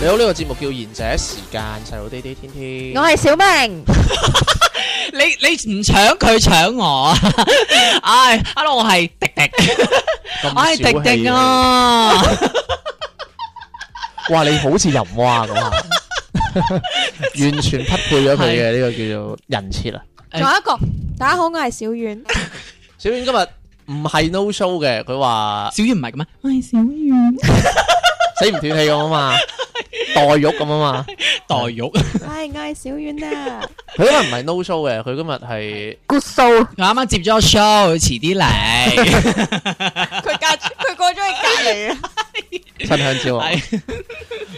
你好，呢、個節目叫賢者時間，細佬啲啲天天。我係小明，你你唔搶佢搶我 啊！唉，hello，我係迪迪，我咁係小迪氣迪嘅！啊！哇，你好似淫蛙 咁啊！完全匹配咗佢嘅呢個叫做人設啊！誒仲有一個，大家好，我係小 遠。小婉今日唔係 no show 嘅，佢話小遠唔係咁咩？ 我係小遠，死唔斷氣咁啊 嘛，代玉咁啊嘛。代玉唉，我係小遠啊。佢今日唔係 no show 嘅，佢今日 係我啱啱接咗個 show，遲啲 嚟。 佢隔佢過咗去隔 離啊。新香蕉啊。係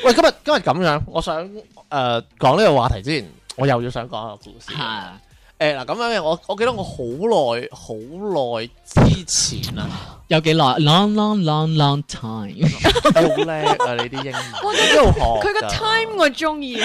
喂，今日今日咁樣，我想誒講呢個話題之前，我又要想講一個故事。嚇誒嗱咁樣嘅，我我記得我好耐好耐 之前啊。有幾耐？Long long long long time。好叻啊！你啲英文一路學㗎。佢個 time 我中意。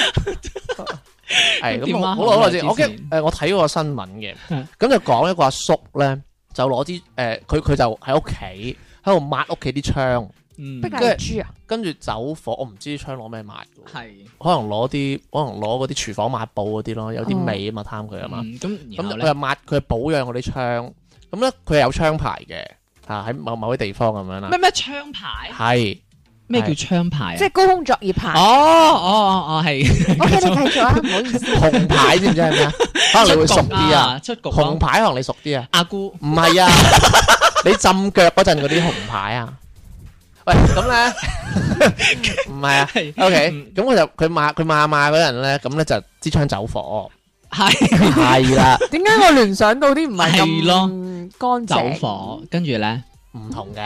係 咁點啊我好耐好耐之前，好我耐之記前得誒我睇過個新聞嘅嗯，咁就講一個阿叔咧，就攞支誒佢佢就喺屋企喺度抹屋企啲窗，嗯碧麗珠啊，跟住走火，我唔知啲窗攞咩抹㗎喎，係可能攞啲可能攞嗰啲廚房抹布嗰啲咯，有啲哦味啊嘛，貪佢啊嘛，嗯咁咁然後佢咧就抹佢保養嗰啲窗，咁咧佢有窗牌嘅嚇喺某某啲地方咁樣啦咩，咩槍牌？係 咩叫槍牌啊？即係高空作業牌哦。哦哦哦係。 OK，你 繼續啊，唔好意思。紅牌知唔知係咩啊？可能你會熟啲啊，出局紅咯。牌可能你熟啲啊。阿姑唔係啊， 你浸腳嗰陣嗰啲紅牌啊。喂，咁 咧唔係啊。係 OK，嗯咁我就佢罵佢罵罵嗰人咧，咁咧就支槍走火， 係係啦，點解我聯想到啲唔係係咯咁乾走淨？火，跟住咧唔同嘅，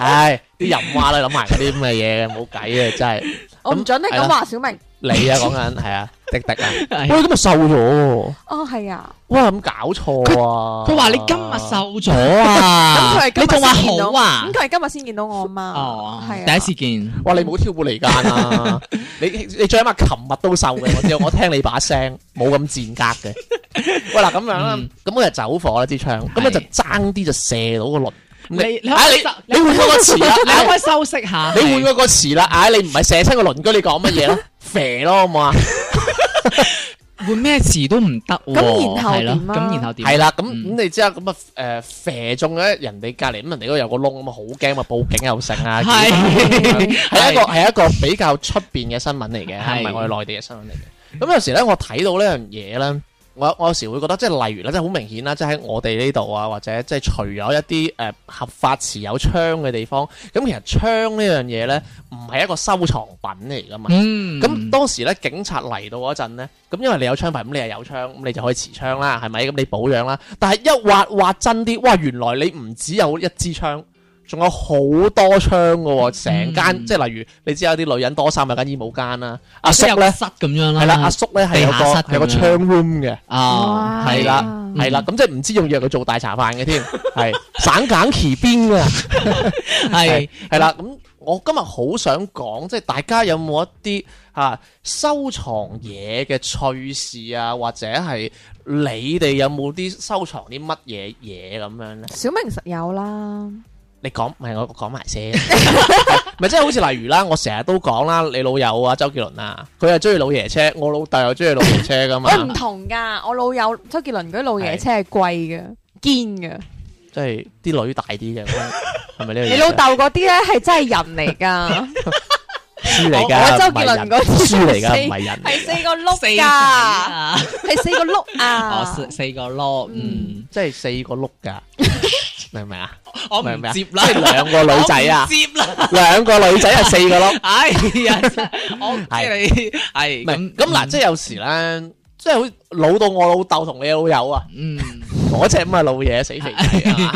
唉，啲人話啦，諗埋嗰啲咁嘅嘢，冇計啊，真係我唔準你咁話小明。你啊，講緊係啊，迪迪啊，喂，係咁咪瘦咗喎，哦，係啊，哇，咁搞錯啊！佢話你今日瘦咗咁啊佢係，今你日仲話先見到好啊咁？佢係今日先見到我啊嘛。哦，係啊。第一次見，哇！你冇挑撥離間 啊！你你最起碼琴日都瘦嘅，我知道我聽你把聲冇咁賤格嘅。喂嗱，咁樣啦嗯，咁我就走火啦支槍，咁我就爭啲就射到個輪。你你你可唔唉可以你收你換嗰個詞啦， 你可唔可唉以休息下？你換嗰個詞啦，唉你唔係射親個鄰居，你講乜 嘢咯？肥咯好唔好啊？換咩詞都唔得喎。咁然後係咯點啊咁然後點？係啦，咁嗯咁你知啦，咁啊誒肥中咗人哋隔離，咁人哋嗰度有個窿咁啊，好驚啊，報警又成啊，係係一個係一個比較出邊嘅新聞嚟嘅，係唔係我哋內地嘅新聞嚟嘅。咁有時咧，我睇到呢樣嘢咧，我我有時會覺得即係例如咧，即係好明顯啦，啊即係喺我哋呢度啊，或者即係除咗一啲誒、呃合法持有槍嘅地方，咁其實槍呢樣嘢咧，唔係一個收藏品嚟噶嘛。嗯，咁當時咧，警察嚟到嗰陣咧，咁因為你有槍牌，咁你係有槍，咁你就可以持槍啦，係咪？咁你保養啦。但係一挖挖真啲，哇！原來你唔只有一支槍，仲有好多槍嘅喎，成間、嗯即係例如你知有啲女人多衫有間衣帽間啦，阿叔即係有個咧室咁樣啦，係啦，阿叔咧係有地下室咁個有個樣槍 room 嘅，啊，哇係係啦，啦係啦，咁即係唔知用約佢做大茶飯嘅添，係省簡其邊嘅。係係係啦，咁我今日好想講，即係大家有冇一啲嚇、啊收藏嘢嘅趣事啊，或者係你哋有冇啲收藏啲乜嘢嘢咁樣咧？小明實有啦。你講，唔係我講 埋先，咪即係好似例如啦，我成日都講啦，你老友啊，周杰倫啊，佢係中意老爺車，我老豆又中意老爺車噶嘛我， 唔同噶，我老友周杰倫嗰啲老爺車係貴嘅，堅嘅。即係啲女大啲嘅，係咪呢個意思？啊你老豆嗰啲咧係真係人嚟噶， 書嚟我㗎，我周唔係杰倫人嗰啲書嚟㗎，係唔係人係嚟㗎。四個碌四噶，啊係四個碌哦，啊。四四個咯，嗯， 即係四個碌㗎，明唔明啊？我明唔唔明啊接啦， 即係兩個女仔 我啊唔接啦，兩個女仔係 四個咯，哎呀，我唔知係你系唔係咁嗱，即係有時咧，即係好似老到我老豆同你老友啊， 嗯，嗰只咁嘅老嘢死肥仔啊，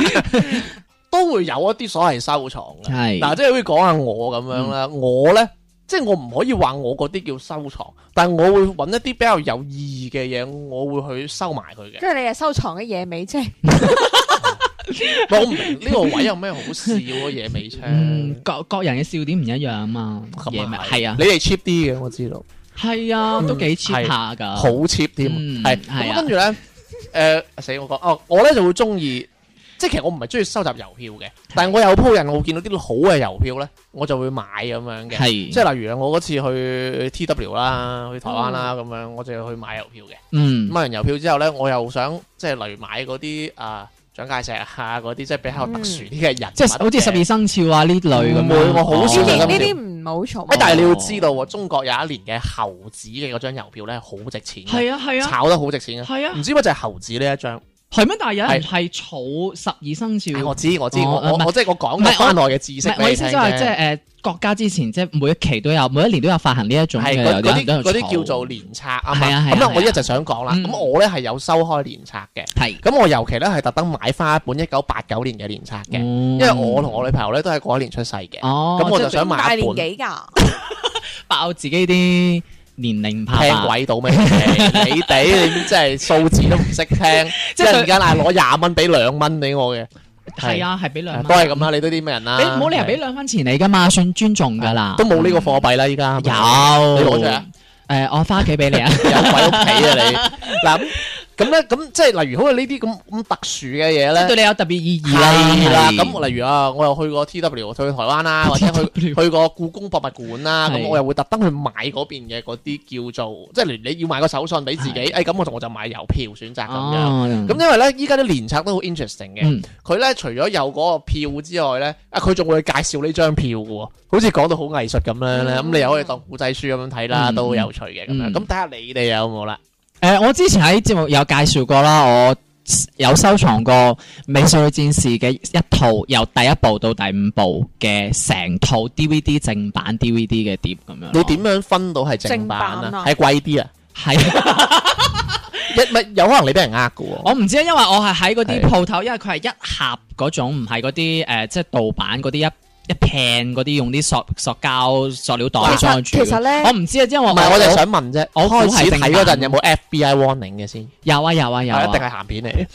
都會有一啲所謂收藏嘅。系嗱，即係好似講下我咁樣啦，我咧即係我唔可以話我嗰啲叫收藏，但係我會揾一啲比較有意義嘅嘢，我會去收埋 佢嘅。跟住你又收藏嘅野味，即系哦喂我唔明呢個位有咩好笑嘅嘢未嗯，啫？各各人嘅笑點唔一樣啊嘛，嘢咪係啊，你哋 cheap 啲嘅，我知道，係啊，都幾嗯係 cheap 下㗎，好 cheap 添，啊嗯係係咁啊跟住咧，誒死我講哦，我咧就會中意。即係其實我唔係中意收集郵票嘅，但係我有鋪人，我見到啲好嘅郵票咧，我就會買咁樣嘅。係，即係例如我嗰次去 T.W 啦，去台灣啦哦咁樣，我就去買郵票嘅。嗯買完郵票之後咧，我又想即係例如買嗰啲啊蔣介石啊嗰啲，即係比較特殊啲嘅人物嘅，即係好似十二生肖啊呢類咁唔會樣，我好哦少呢收啲集呢啲唔好嘈。喂，哎但係你要知道喎，中國有一年嘅猴子嘅嗰張郵票咧，好值錢嘅，係啊係啊炒得好值錢嘅。係啊唔，知乜就係猴子呢一張，係咩？但係有人係儲十二生肖唉。我知我知，我哦我唔係我即係我講唔個係我翻內嘅知唔識係，俾我你意思聽即係即係啫。誒國家之前即係每一期都有，每一年都有發行呢一種嘅，係有嗰嗰啲啲嗰啲叫做年冊啊嘛，係啊係啊咁係啊啊我一直想講啦，嗯咁我咧係有收開年冊嘅，係咁我尤其咧係特登買翻一本一九八九年嘅年冊嘅，因因為我同我女朋友咧都係嗰一年出世嘅，哦，咁我就即係想買大一年本。紀㗎？爆自己啲年齡怕聽鬼到咩？ 你哋你真係數字都唔識聽，即 即係係佢而家嗌攞廿蚊俾兩蚊俾我嘅，係啊，係俾兩係，蚊，都係咁啦。你都啲咩人啦？你冇理由俾兩分錢你噶嘛，算尊重噶啦。都冇呢個貨幣啦，依家有你攞出嚟啊誒，我翻屋企俾 你啊。有鬼屋企啊你 嗱咁咁咧咁即係例如好似呢啲咁咁特殊嘅嘢咧對。你有特別意義啦。係啦，係咁例如啊，我又去過 T.W. 去台 灣啦，或者去 TW 去過故宮博物館啦，咁係我又會特登去買嗰邊嘅嗰啲叫做，即係連你要買個手信俾自己，係誒咁我就我就買郵票選擇咁樣。哦，咁因為咧，依家啲連冊都好 interesting 嘅。嗯佢咧除咗有嗰個票之外咧，啊佢仲會介紹呢張票嘅喎，好似講到好藝術咁樣咧。咁、你又可以當古仔書咁樣睇啦，嗯都好有趣嘅咁樣。嗯咁睇下你哋有冇啦？誒，我之前喺節目有介紹過啦，我有收藏過《美少女戰士》嘅一套，由第一部到第五部嘅成套 DVD 正版 DVD 嘅碟咁樣。你點？樣分到係正正版版啊？啊係貴啲啊？係，一咪有可能你俾人呃嘅喎。我唔知，啊因為我係喺嗰啲係鋪頭，因為佢係一盒嗰種，唔係嗰啲誒，即係盜版嗰啲一一片嗰啲，用啲塑塑膠塑料袋其裝實住。其實咧我，唔知啊，因為唔係，我就係想問啫。我開始我係正睇版嗰陣有冇 FBI warning 嘅先？有啊有啊有啊，係一定係鹹片嚟。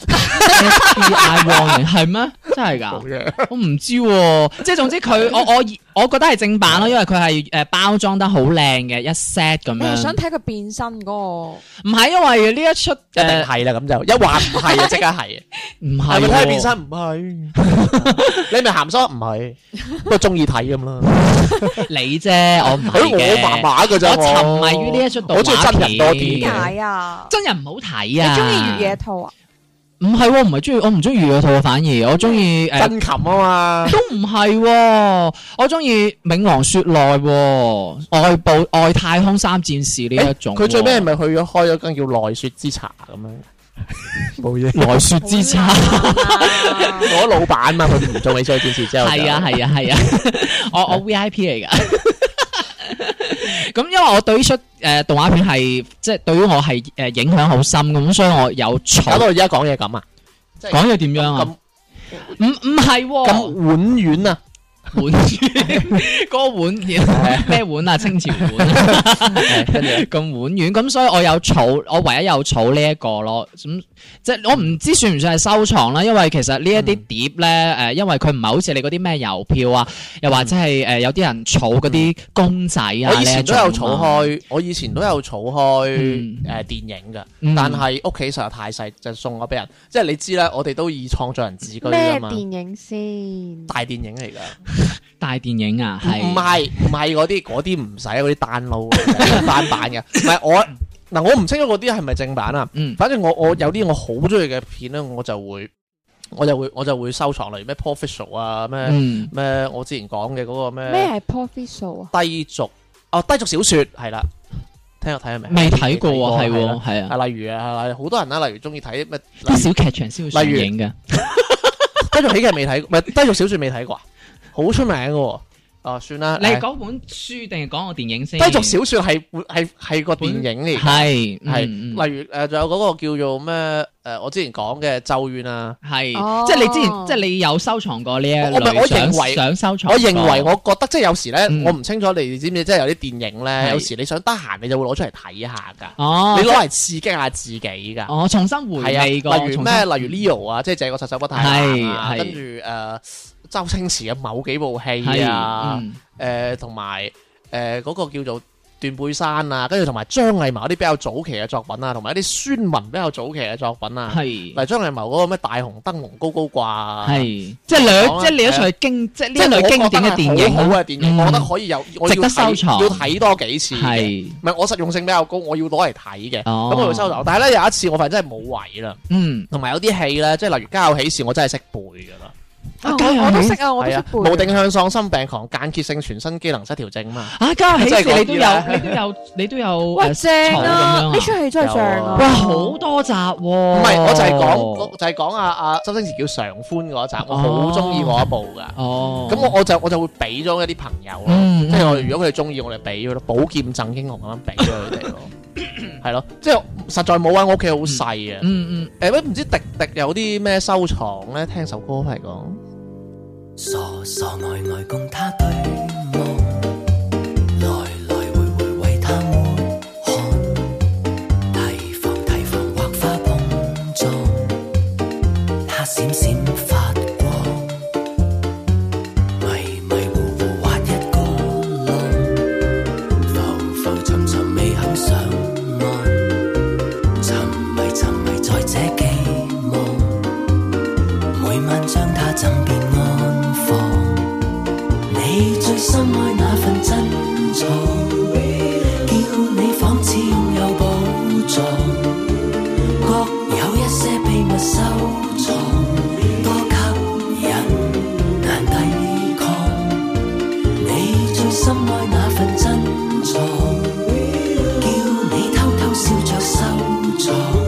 AI warning 係咩？真係㗎？ 我唔知喎，即係總之佢我我我覺得係正版咯，因為佢係誒包裝得好靚嘅一 set 咁你係想樣。睇佢變身嗰個？唔係因為呢一出一定誒係啦，咁就 一話唔係啊，即刻係。唔 係係咪睇下喎變身？唔係，你咪鹹 濕唔係，不過中意睇咁啦。你啫，我唔係我嘅麻麻嘅咋，我沉迷於呢一出動畫我中意真人多啲點嘅。解啊？真人唔好睇你啊！中意越野兔啊？唔係喎，唔係中意，我唔中意越野兔啊，反而我中意誒真琴啊 嘛，都唔係喎，我中意冥王雪奈喎，外部外太空三戰士呢一種喎。佢最尾係咪去咗開咗間叫奈雪之茶咁樣？ 冇嘢，來雪之差？我老闆啊嘛，佢唔做美少女戰士之後就，係啊係啊係啊， 我我 V I P 嚟噶。 咁因為我對呢出誒動畫片係即係對於我係誒影響好深咁，所以我有搞儲到而家講嘢咁啊，即係講嘢點樣啊唔咁？唔係咁喎，婉婉啊，碗 嗰個 碗嘢咩碗啊？清朝碗係跟住咁碗丸咁，所以我有儲，我唯一有儲呢一個咯。咁即係我唔知算唔算係收藏啦，因為其實呢一嗯啲碟咧誒，因為佢唔係好似你嗰啲咩郵票啊，又或者係誒有啲人儲嗰啲公仔啊，嗯我以前都有儲呢一種啊開，我以前都有儲開嗯誒電影㗎，嗯但係屋企實在太細，就送咗俾人。即係你知啦，我哋都以創作人自 居㗎咩啊嘛，電影先？大電影嚟㗎。大電影啊，係唔係唔係嗰啲嗰啲唔使嗰啲單路 單版嘅，唔係我嗱我唔清楚嗰啲係咪正版啊。嗯反正我我有啲我好中意嘅片咧，我就會我就會我就會收藏，例如咩 Professional 啊，咩嗯咩我之前講嘅嗰個咩咩係 profit 數啊？低俗哦低俗小說係啦，聽我睇下未？未睇過喎，係未睇過喎，係係啦啊，啊，例如啊，係啦好多人啦，例如中意睇咩，啲小劇場先會上映嘅，低俗喜劇未睇，唔係低俗小説未睇過啊，好出名嘅喎。哦，算啦，你係誒講本書定係講個電影先？低俗小説係係係個電影嚟嘅，係係嗯嗯例如誒，仲有嗰個叫做咩誒，我之前講嘅《咒怨》啊。係，哦即係你之前，即係你有收藏過呢一我咪類我想認為想收藏過。我認為我覺得即係有時咧，嗯我唔清楚你知唔知，即係有啲電影咧，係有時你想得閒你就會攞出嚟睇下㗎，哦，你攞嚟刺激下自己㗎。哦重新回係啊，味過，例如重新咩？例如 Leo 啊，即係《這個殺手不太冷》啊，係係跟住誒周星馳嘅某幾部戲係啊，嗯誒同埋誒嗰個叫做斷背山啊，跟住同埋張藝謀一啲比較早期嘅作品啊，同埋一啲孫文比較早期嘅作品啊，係例如張藝謀嗰個咩大紅燈籠高高掛啊。係，即係兩即講啦係你一出經，即係即係呢一類經典嘅電影好啦嘅電影，嗯我覺得可以有，我要值得睇收藏要睇多幾次嘅。係唔係我實用性比較高，我要攞嚟睇嘅，哦咁我會收藏。但係咧有一次我發現真係冇位啦，嗯，同埋有啲戲咧，即係例如《家有喜事》，我真係識背㗎啦，啊家有我我都喜識啊，我都係識啊，背。無定向喪心病狂間歇性全身機能失調症嘛。啊家有喜真係事講你都啲啦有，你都有，你都有喂，誒正呃藏咁啊！樣呢出戲真係正啊！哇好多集喎，唔唔係，我就係講，就係講啊啊周星馳叫常歡嗰一集，我好中意嗰一部㗎。哦，咁我我就我就會俾咗一啲朋友咯，嗯即係我如果佢哋中意，我哋俾咗咯，寶劍贈英雄咁樣俾咗佢哋 咯，係咯，即係實在冇啊！我屋企好細啊，嗯嗯誒唔知迪迪有啲咩收藏咧？聽首歌嚟講， 傻傻呆呆共他對望，來來回回為他抹汗，提防提防或花碰撞，他閃閃發光，迷迷糊糊滑一個浪，浮浮沉沉未肯上岸，沉迷沉迷在這寄望。每晚將它枕邊安放。你最深愛那份珍藏，叫你仿似擁有寶藏，各有一些秘密收藏，多吸引難抵抗。你最深愛那份珍藏，叫你偷偷笑着收藏。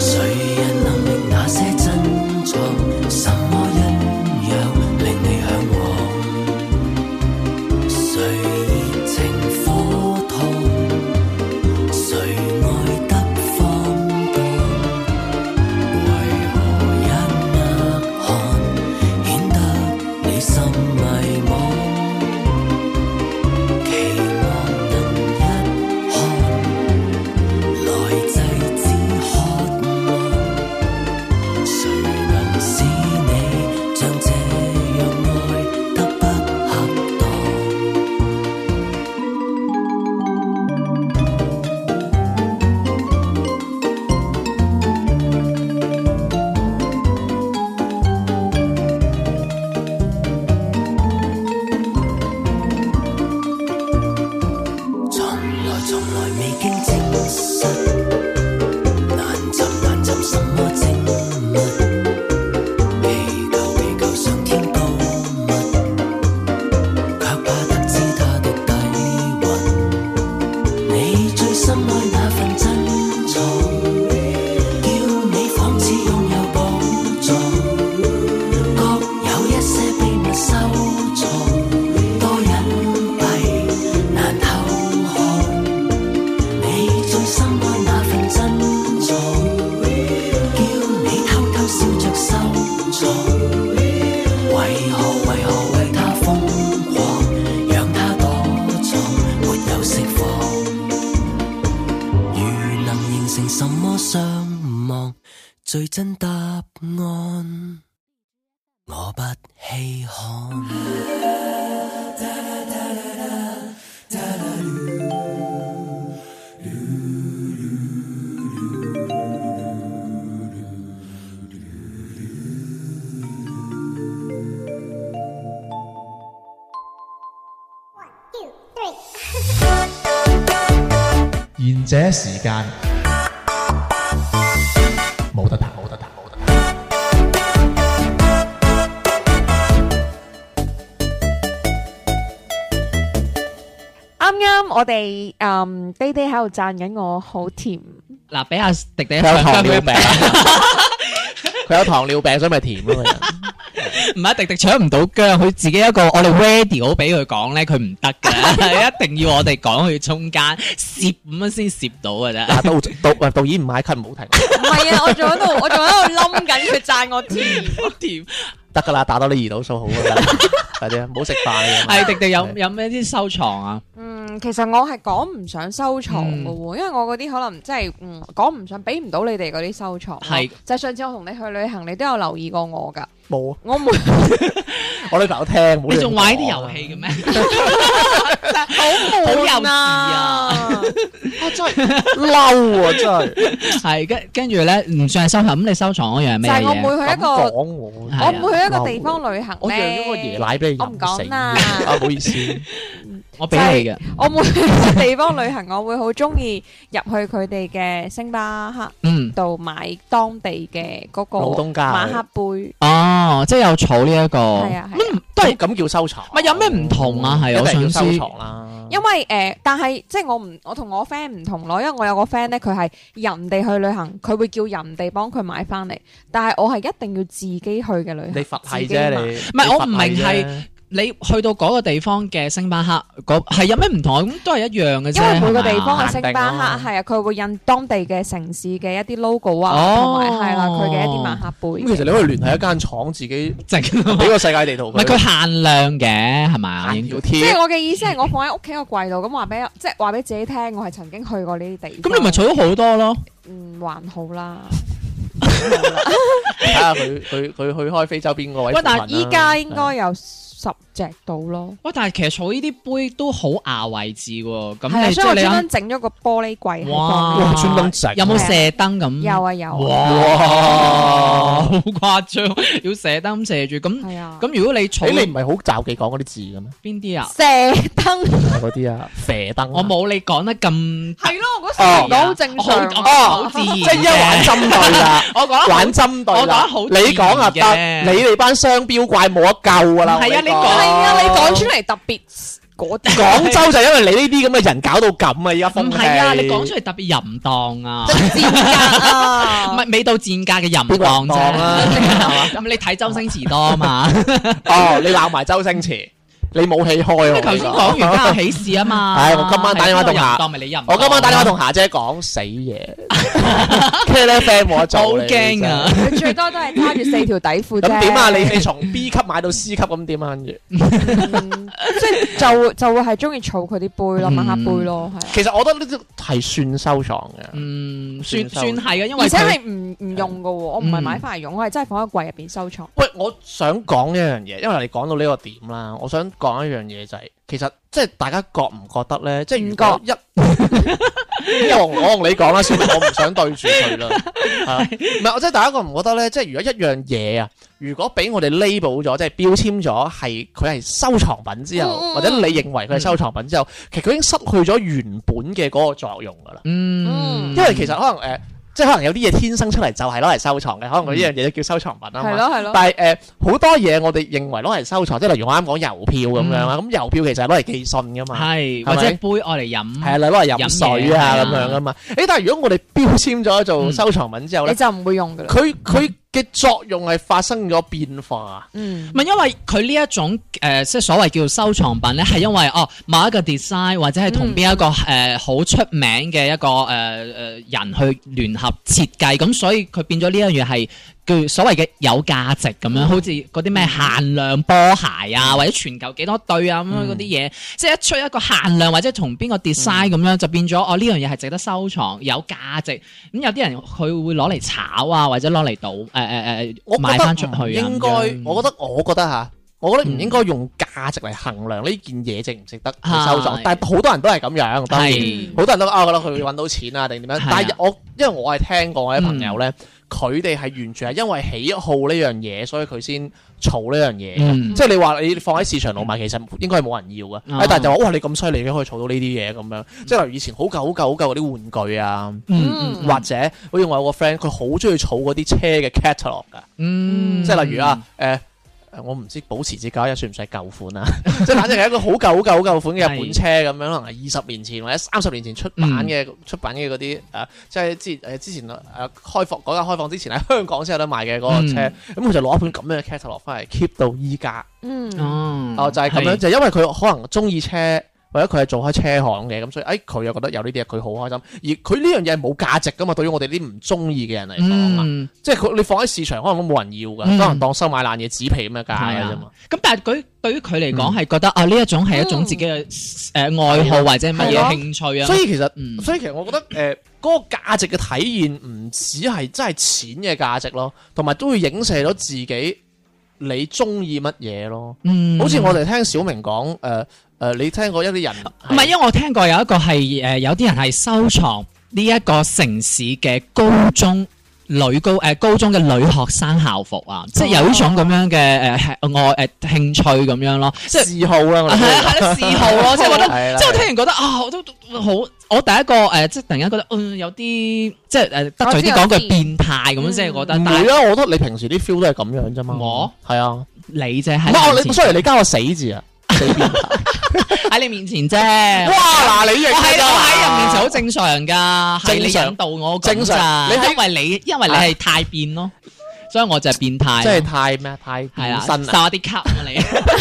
誰人能明那些珍藏？什麼恩養令你向往？誰熱情火燙？誰愛得放蕩？為何一額汗顯得你心迷惘？期望能一看。來制止渴望，誰能使你像這樣愛得不恰當？從來從來未經證實，難尋難尋什麼證物，祈求祈求上天告密，卻怕得知它的底蘊。你最深愛那份珍藏，叫你仿似擁有寶藏，各有一些秘密收藏，多隱蔽。難透看，你最深愛那份珍藏，叫你偷偷笑着收藏。為何為何為他瘋狂，讓他躲藏，沒有釋放。如能形成什麼相望，最真答案，我不稀罕。贤者時間冇得彈，冇得彈，冇得彈。啱啱我哋嗯爹爹喺度讚緊我好甜，à, 嗱，俾阿迪迪 有糖唱尿佢病，佢有糖尿病，所以咪甜咯。個人唔係迪迪搶唔到姜，佢自己一個我哋 ready 好俾佢講咧，佢唔得嘅，一定要我哋講去中間攝咁樣先攝到嘅啫。嗱導導導演唔嗌 cut 唔好 停，唔係啊，我仲喺度，我仲喺度冧緊佢讚我甜。甜得噶啦，打多啲胰島素好噶啦，快啲啊，唔好食 飯啊。 係迪迪有有咩啲收藏啊？嗯，其實我係講唔上收藏嗯嘅喎，因為我嗰啲可能即係嗯講唔上，俾唔到你哋嗰啲收藏咯。係就係上次我同你去旅行，你都有留意過我㗎。冇啊， 我每我女朋友聽，你仲玩玩呢啲遊戲嘅咩？ 好幼悶稚啊！啊，真係嬲 啊，真係係跟跟住咧，唔算係收藏。咁你收藏嗰就樣係咩係我嘢？每去一咁個，講我係啊我每去一個地方旅行我讓咗個咧椰奶俾你我唔飲講死啦啊！唔好意思，我俾你嘅。我每 去一個地方旅行，我會好中意入去佢哋嘅星巴克嗯，度買當地嘅嗰個老東家馬克杯，哦，即係有儲呢一個。係啊係啊，都係咁叫收藏。咪有咩唔同啊係一我定要想知收藏啦。因為誒，但係即係我唔，我同我 friend 唔同咯，因為我有個 friend 咧，佢係人哋去旅行，佢會叫人哋幫佢買翻嚟，但係我係一定要自己去嘅旅你行。佛自系己啫，買唔係你你我唔明佛系啫係你去到嗰個地方嘅星巴克，嗰係有咩唔同啊？咁都係一樣嘅啫。因為每個地係方嘛 嘅星巴限克係啊，佢會印當地嘅城市嘅一啲 logo 啊，哦同埋係啦，佢嘅一啲馬克杯。咁，其實你可以聯繫一間廠， 自己整俾個世界地圖唔係佢限量嘅係咪啊？應該條即貼係。 我嘅意思係我放喺屋企個櫃度，咁話俾即係話俾自己聽，我係曾經去過呢啲地方。咁你咪儲咗好多咯。嗯還好啦，睇下佢佢佢去開非洲邊個喂位附近啦。，但係依家應該有十隻到咯。哇！但係其實儲呢啲杯都好牙位置喎。咁係啊，你即所以我係你專諗登整咗個玻璃櫃喺哇度。哇專登整啊有冇射燈咁？啊有啊有啊，哇！哇好誇張， 要射燈咁射住咁係啊，咁。如果你誒，你儲唔係好罩忌講嗰啲字嘅咩？邊啲啊？射燈嗰啲啊，啡燈啊。我冇你講得 咁係咯，我覺得唔到好正我好常我啊。好自然嘅，即係一玩針對啦， 我講得好玩針對我講得啦。好自然你講啊嘅得，你哋班雙標怪冇得救噶啦。唔係啊你我同講係啊，你講出嚟特別嗰 啲。廣州就因為你呢啲咁嘅人搞到咁啊！而家風唔氣係啊！你講出嚟特別淫蕩啊！ 唔啊！係未到賤格嘅淫邊個蕩人啫。當啊？ 咁你睇周星馳多啊嘛？哦，你鬧埋周星馳，你冇戲開喎。你頭先講完家有喜事啊嘛。唉我今晚打電話同係邊個下淫蕩咪你淫蕩啊。 我今晚打電話同霞姐講死嘢 k i l friend 冇得做。好你驚啊！佢最多都係揸住四條底褲啫。咁點啊？你你從 B 級買到 C 級咁點啊？跟住，嗯即係就會就會係中意儲佢啲杯咯，嗯晚黑杯咯，係啊。其實我覺得呢啲係算收藏嘅。嗯，算算算係嘅，因為而且佢係唔唔用噶喎，我唔係買翻嚟用，我係真係放喺櫃入邊收藏。喂，我想講一樣嘢，因為你講到呢個點啦，我想講一樣嘢就係、其實即係大家覺唔覺得咧？即係如果一， 因為我我同你講啦，算啦，我唔想對住 佢啦。係啊唔係，我即係大家覺唔覺得咧？即係如果一樣嘢啊，如果俾我哋 label 咗，即係標籤咗係佢係收藏品之後，嗯嗯嗯或者你認為佢係收藏品之後，其實佢已經失去咗原本嘅嗰個作用㗎啦。嗯，因為其實可能誒、呃即係可能有啲嘢天生出嚟就係攞嚟收藏嘅，可能佢呢樣嘢都叫收藏品啊係嘛。咯係咯，但係誒好多嘢我哋認為攞嚟收藏，即係例如我啱講郵票咁樣啦，咁郵票其實係攞嚟寄信噶嘛，嗯係係或者咪杯愛嚟飲，係啊，攞嚟飲水啊飲嘢嗯咁樣噶嘛。誒，但係如果我哋標籤咗做收藏品之後你咧，就唔會用噶啦。佢佢嘅作用係發生咗變化。嗯唔，係因為佢呢一種誒、呃即係所謂叫做收藏品咧，係因為哦某一個 design 或者係同邊一個嗯誒好、出名嘅一個誒誒、呃人去聯合設計，咁所以佢變咗呢樣嘢係叫所謂嘅有價值咁嗯樣，好似嗰啲咩限量波鞋啊，或者全球幾多對啊咁樣嗯嗰啲嘢，即係一出一個限量或者同邊個 design 咁樣，就變咗哦呢樣嘢係值得收藏，有價值。咁有啲人佢會攞嚟炒啊，或者攞嚟賭誒誒我誒覺賣翻出得唔去啊。應該咁樣，嗯我覺得我覺得嚇。我覺得唔應該用價值嚟衡量呢件嘢值唔值得去收藏係，但係好多人都係咁樣，當然係好多人都啊，覺得佢揾到錢啊，定點係啊？樣嗯但係我因為我係聽過我啲朋友咧，佢哋係完全係因為喜好呢樣嘢，所以佢先儲呢樣嘢。嗯即係你話你放喺市場度賣，其實應該係冇人要嘅。啊但係就話哇，你咁犀利嘅可以儲到呢啲嘢咁樣。即係例如以前好舊好舊好舊嗰啲玩具啊，嗯或者好似我有個 friend，佢好中意儲嗰啲車嘅 catalog 㗎。嗯，即係例如啊，誒、誒我唔知保持之久，算唔算係舊款啊？ 即係反正係一個好舊、好舊、好舊款嘅日本車咁樣，可能係二十年前或者三十年前出版嘅、出版嘅嗰啲誒，即係之誒之前誒開放嗰間開放之前喺香港先有得賣嘅嗰個車，咁佢、就攞一本咁樣嘅 catalog 翻嚟 keep 到依家。嗯，哦哦，就係咁樣，就因為佢可能中意車，或者佢係做開車行嘅，咁所以誒佢又覺得有呢啲嘢佢好開心，而佢呢樣嘢係冇價值噶嘛，對於我哋啲唔中意嘅人嚟講啊，嗯，即係佢你放喺市場可能都冇人要噶，嗯可能當收買爛嘢紙皮咁嘅價係嘅啊啫嘛。咁但係佢對於佢嚟講係覺得啊呢一種係一種自己嘅誒愛好或者乜嗯係咯嘢興趣啊，所以其實，嗯所以其實我覺得誒嗰個價值嘅體現唔只係真係錢嘅價值咯，同埋都會影射到自己你中意乜嘢咯。嗯好似我哋聽小明講誒誒，你聽過一啲人唔係，因為我聽過有一個係誒、呃有啲人係收藏呢一個城市嘅高中女高誒、呃高中嘅女學生校服啊，即係有呢種咁樣嘅誒愛誒興趣咁樣咯，即係。嗜好啦，我係哋啊，係都啊嗜好咯，即係覺係得，啦即係我聽完覺得啊，我都都好，我第一個誒，即係突然間覺得，嗯，有啲即係誒得罪啲講我句知變態咁樣，即係覺得，但唔會係啊！我覺得你平時啲 feel 都係咁樣啫嘛。我係啊，你啫唔係係我你面前 sorry，你加個死字啊！死變態喺你面前啫，哇！嗱，你認我喺㗎啊我喺入面就好正常噶，係你正常引導我咁正常咋你喺因為你因為你係太變咯，所以我就係變態咯，即係太咩？太啊係變啦，身受啊！下啲吸啊你。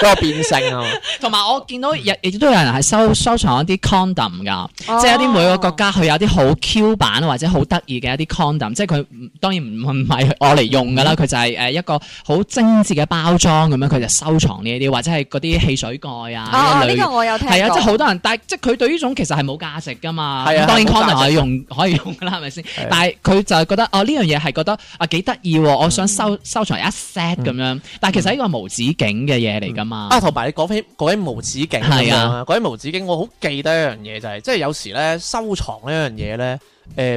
嗰個變性啊！同埋我見到亦亦都有人係收收藏一啲 condom 㗎，即係一啲每個國家佢有啲好 Q 版或者好得意嘅一啲 condom，即係佢唔當然唔唔係我嚟用㗎啦，佢就係誒一個好精緻嘅包裝咁樣，佢就收藏呢啲或者係嗰啲汽水蓋啊啊，呢一呢類個我有聽過。係啊，即係好多人，但係即係佢對呢種其實係冇價值噶嘛。係啊咁當然係冇價值 condom 可以用可以用噶啦，係咪先係啊？但係佢就係覺得哦呢樣嘢係覺得啊幾得意喎，我想收收藏一 set 咁樣。但係其實呢個係無止境嘅嘢嚟噶嘛。啊，同埋你講起講起無止境咁係樣啊啊，講起無止境，我好記得一樣嘢就係、即係有時咧收藏呢樣嘢咧，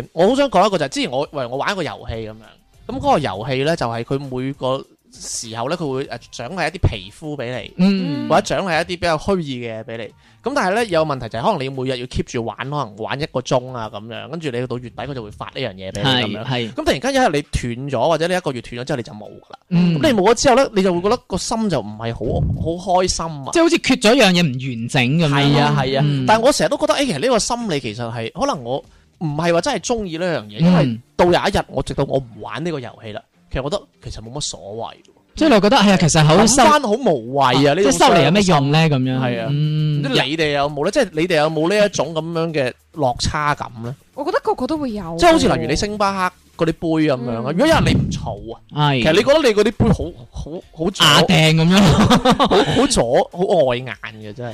誒、我好想講一個就係、之前我喂我玩一個遊戲咁樣，咁嗰個遊戲咧就係、佢每個時候咧佢會誒呃獎勵一啲皮膚俾你。嗯或者獎勵一啲比較虛擬嘅嘢俾你。咁但係咧有個問題就係可能你每日要 keep 住玩，可能玩一個鐘啊咁樣，跟住你到月底佢就會發呢樣嘢俾你咁係樣。係咁突然間一日你斷咗，或者你一個月斷咗之後你就冇噶啦。嗯咁，你冇咗之後咧，你就會覺得個心就唔係好好開心啊。即係好似缺咗一樣嘢唔完整咁樣。係啊係啊嗯，但係我成日都覺得，誒、其實呢個心理其實係可能我唔係話真係中意呢樣嘢，因為嗯到有一日我直到我唔玩呢個遊戲啦，其實我覺得其實冇乜所謂，即係你覺得係啊，其實好諗收翻好無謂啊！呢即係種收嚟有咩傷心用咧？咁樣係啊唔嗯知你哋有冇咧？即係你哋有冇呢一種咁樣嘅落差感咧？我覺得個個都會有。即係好似例如你星巴克嗰啲杯咁樣啊，如果有人你唔嘈啊，係其實你覺得你嗰啲杯好好好左牙掟 咁樣。好好左好礙眼嘅真係。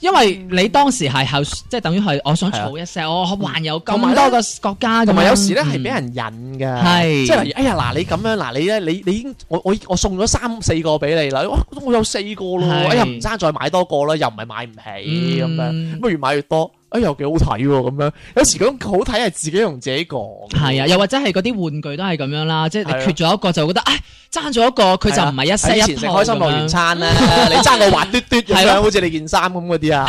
因為你當時係後，即係等於係我想儲一 set，我環遊咁同埋呢多個國家咁樣，同埋有時咧係俾嗯人引㗎，係即係例如哎呀嗱你咁樣嗱你咧你你已經我我我送咗三四個俾你啦，哇我有四個咯，係哎呀唔爭再買多個啦，又唔係買唔起咁樣，嗯不如買越多，哎又幾好睇喎咁樣。有時咁好睇係自己同自己講，係啊，又或者係嗰啲玩具都係咁樣啦，即係係啊你缺咗一個就覺得，唉，爭咗一個佢就唔係一 set 哎以前一食套咁開心樂園樣。餐咧， 你爭個滑嘟嘟咁啊係樣，咯好似你件衫咁嗰啲啊。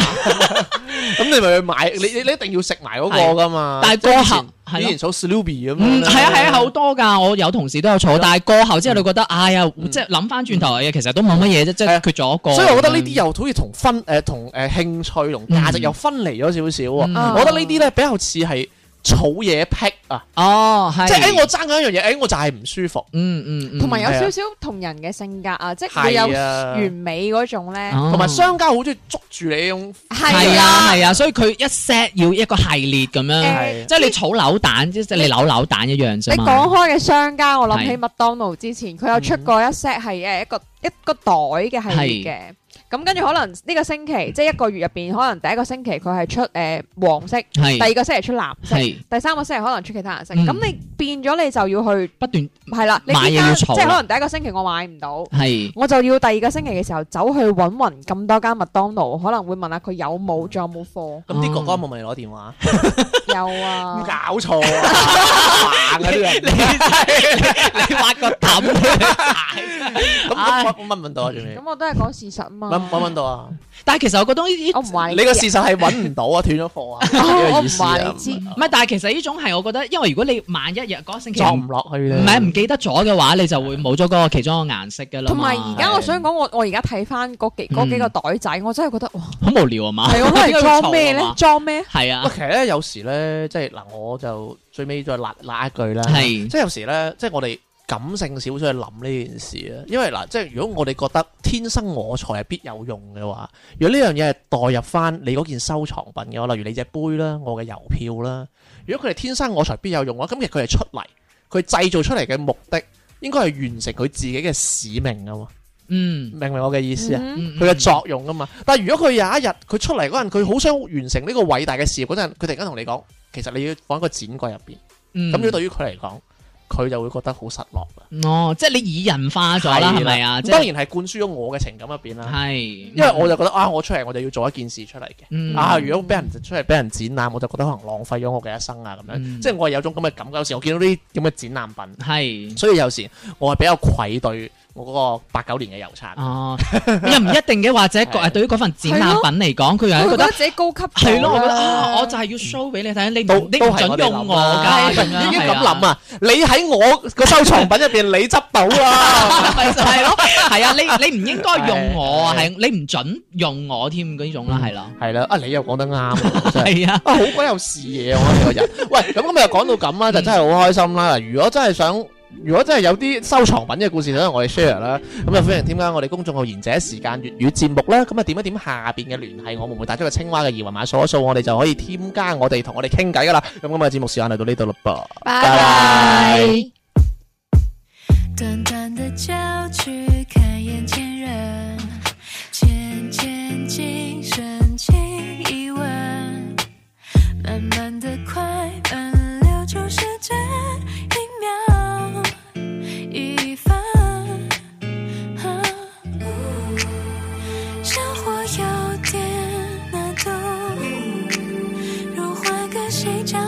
咁你咪去買，你你你一定要食埋嗰個噶嘛。但係即係過以前後係咯以前數 Slooby 咁樣嗯，呢。係啊，係啊，好多㗎，我有同事都有係咯儲，但係過後之後你覺得，哎呀，嗯即係諗翻轉頭嘅，其實都冇乜嘢啫，即係啊係缺咗一個。嗯所以我覺得呢啲又好似同分誒同誒興趣同價值又分離咗少少喎。嗯我覺得呢啲咧比較似係儲嘢癖啊，哦，係，即係哎誒我爭緊一樣嘢，誒我就係唔舒服。嗯嗯嗯，同埋有係啊少少同人嘅性格啊，即係會有係啊，完美嗰種咧。哦同埋商家好中意捉住你用。係係啊係啊，所以佢一 set 要一個系列咁樣。誒，係即係你啊炒扭蛋，即係你扭扭蛋一樣你啫嘛。講開嘅商家，我諗起係麥當勞之前，佢有出過一 set 係誒一個一個袋嘅系列嘅。咁跟住可能呢個星期，即係一個月入邊，可能第一個星期佢係出誒黃色，第係二個星期出藍色，係第三個星期可能出其他顏色。嗯咁你變咗你就要去不斷 係啦，你買嘢依家要即儲係可能第一個星期我買唔到。係我就要第二個星期嘅時候走去揾雲咁多間麥當勞，可能會問下佢有冇，仲有冇貨？咁啲哥哥冇咪攞電話？有 啊，搞錯啊！盲啊呢個人 你挖個氹，咁咁我我問唔問到啊？最尾咁我都係講事實嘛。問問唔問到啊？但係其實我覺得呢啲我唔話你你個知啊事實係揾唔到啊，斷咗貨啊，哦呢我個唔意思話啊你，知，唔係， 但係其實呢種係我覺得，因為如果你萬一日嗰個星期作唔落去咧，唔係唔記得咗嘅話，你就會冇咗嗰個其中一個顏色嘅啦嘛。嗯同埋而家我想講，我我而家睇翻嗰幾嗰幾個袋仔，我真係覺 得哇，好無聊啊嘛，係我 點解攞嚟會裝嘈咩啊咧嘛？裝咩？係喂，啊， 其實咧有時咧，即係嗱，我就最尾再辣辣一句啦，係即係有時咧，即係我哋感性少少去諗呢件事啊，因為嗱，即係如果我哋覺得天生我材係必有用嘅話，如果呢樣嘢係代入翻你嗰件收藏品嘅話，例如你隻杯啦，我嘅郵票啦，如果佢係天生我材必有用嘅話，咁其實佢係出嚟，佢製造出嚟嘅目的應該係完成佢自己嘅使命啊嘛，嗯，明唔明我嘅意思啊？嗯嗯佢嘅作用噶嘛。但係如果佢有一日佢出嚟嗰陣，佢好想完成呢個偉大嘅事業嗰陣，佢突然間同你講，其實你要放喺個展櫃入邊，嗯咁、如果對於佢嚟講，佢就會覺得好失落啦。哦，即係你擬人化咗啦，係係咪啊？即咁當係然係灌輸咗我嘅情感入邊啦，係，因為我就覺得啊，我出嚟我就要做一件事出嚟嘅。嗯啊！如果俾人出嚟俾人展覽，我就覺得可能浪費咗我嘅一生啊咁樣，嗯即係我係有種咁嘅感覺。有時我見到呢啲咁嘅展覽品，係。所以有時我係比較愧對我嗰個八九年嘅郵差。哦，又唔一定嘅，或者係誒對於嗰份展覽品嚟講，佢又係佢覺覺得得自己高級咗係咯，我覺得啦啊，我就係要 show 俾你睇，你都唔你都唔係我準哋用諗我啦㗎，咁 已樣經係咁啊諗啊！你喺我個收藏品入邊，你執到啦。咪就係咯，係啊，你你唔應該用我啊，係係你唔準用我添嗰種啦，係啦，係啦，啊你又講得啱，真係。係啊，啊，好鬼有視野啊！我呢個人，喂，咁今日講到咁啊啦，就真係好開心啦。如果真係想，如果真係有啲收藏品嘅故事想同我哋 share 啦，咁啊歡迎添加我哋公眾號《賢者時間粵語節目》啦。咁啊點一點下邊嘅聯繫，我們會打出個青蛙嘅二維碼掃一掃，我哋就可以添加我哋同我哋傾偈噶啦。咁今日節目時間嚟到呢度啦噃。拜拜短短的郊区，看眼前人，浅浅近身，轻一吻，慢慢的快奔流，就是这一秒一分。啊呜生活有点难懂，如换个谁掌